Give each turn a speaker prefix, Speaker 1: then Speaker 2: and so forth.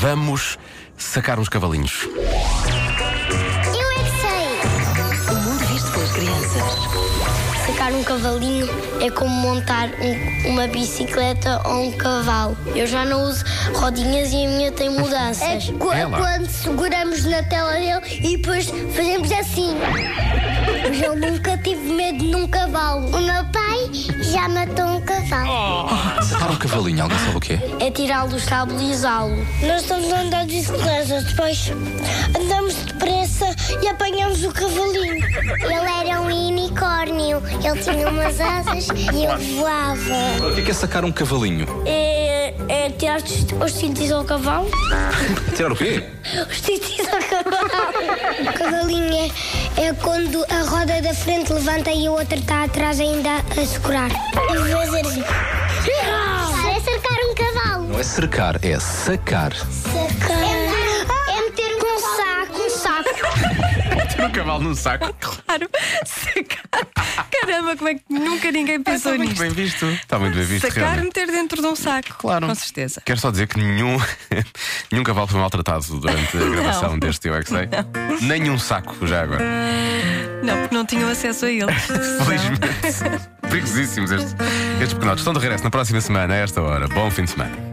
Speaker 1: Vamos sacar uns cavalinhos.
Speaker 2: Eu é que sei!
Speaker 3: O mundo visto pelas crianças.
Speaker 2: Sacar um cavalinho é como montar um- uma bicicleta ou um cavalo. Eu já não uso rodinhas e a minha tem mudanças.
Speaker 1: Ela. quando
Speaker 2: É seguramos na tela dele e depois fazemos assim. Mas eu nunca tive medo de um cavalo. O meu pai já matou um cavalo.
Speaker 1: Sacar um cavalinho, alguém sabe o que é?
Speaker 2: é tirá-lo do estábulo e isá-lo. Nós estamos a andar de bicicleta, depois andamos depressa e apanhamos o cavalinho. Ele era um unicórnio, ele tinha umas asas e eu voava.
Speaker 4: O que é, que é sacar um cavalinho?
Speaker 2: É, é tirar os cintos ao cavalo?
Speaker 4: Tirar o quê?
Speaker 2: Os titis ao cavalo. O cavalinho é, é quando a roda da frente levanta e a outra está atrás ainda a segurar. Eu vou fazer assim. É cercar um cavalo.
Speaker 4: Não é cercar, é sacar.
Speaker 2: Sacar. É meter um saco. Um saco.
Speaker 1: Um cavalo num saco.
Speaker 3: Claro, sacar. Caramba, como é que nunca ninguém pensou
Speaker 1: Está muito
Speaker 3: nisto?
Speaker 1: bem visto. Está Tá muito bem visto,
Speaker 3: sacar,
Speaker 1: realmente.
Speaker 3: meter dentro de um saco. Claro. Com certeza.
Speaker 1: Quero só dizer que nenhum, nenhum cavalo foi maltratado durante a gravação
Speaker 3: Não.
Speaker 1: deste Eu é que sei. Nenhum saco, já agora.
Speaker 3: Não, porque não tinham acesso a ele.
Speaker 1: Felizmente. Perigosíssimos estes, estes pequenotes. Estão de regresso na próxima semana, a esta hora. Bom fim de semana.